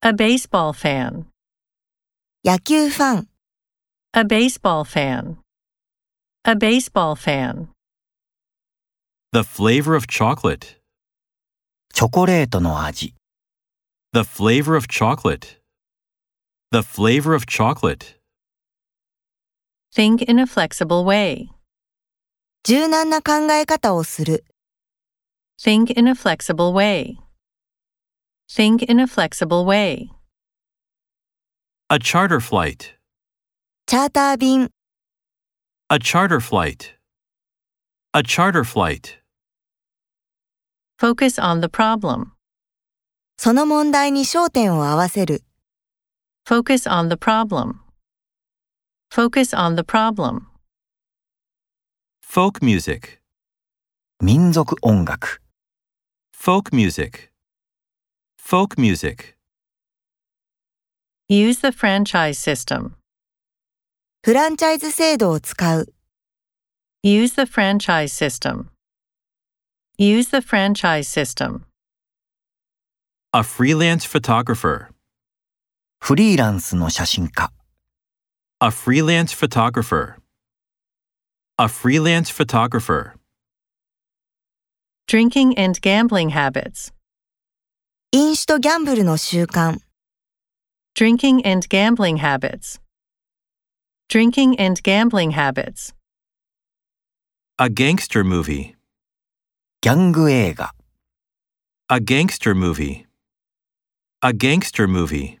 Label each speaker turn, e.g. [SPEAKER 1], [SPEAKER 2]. [SPEAKER 1] A baseball fan.
[SPEAKER 2] 野球ファン、
[SPEAKER 1] A baseball fan. A baseball fan.
[SPEAKER 3] The flavor of chocolate.
[SPEAKER 4] チョコレートの味。
[SPEAKER 3] The flavor of chocolate. The flavor of chocolate.
[SPEAKER 1] Think in a flexible way.
[SPEAKER 2] 柔軟な考え方をする。
[SPEAKER 1] Think in a flexible way. Think in a flexible way.
[SPEAKER 3] A charter flight.
[SPEAKER 2] チャーター便、
[SPEAKER 3] A charter flight. A charter flight.
[SPEAKER 1] Focus on the problem.
[SPEAKER 2] その問題に焦点を合わせる。
[SPEAKER 1] Focus on the problem. Focus on the problem.
[SPEAKER 3] Folk music.
[SPEAKER 4] 民族音楽。
[SPEAKER 3] Folk music. Folk music.
[SPEAKER 1] Use the franchise system.
[SPEAKER 2] フランチャイズ制度を使う。
[SPEAKER 1] Use the franchise system. Use the franchise system.
[SPEAKER 3] A freelance photographer.
[SPEAKER 4] フリーランスの写真家。
[SPEAKER 3] A freelance photographer. A freelance photographer.
[SPEAKER 1] Drinking and gambling habits.
[SPEAKER 2] 飲酒とギャンブルの習慣。
[SPEAKER 1] Drinking and gambling habits. Drinking and gambling habits.
[SPEAKER 3] A gangster movie.
[SPEAKER 4] ギャング映画。
[SPEAKER 3] A gangster movie. A gangster movie.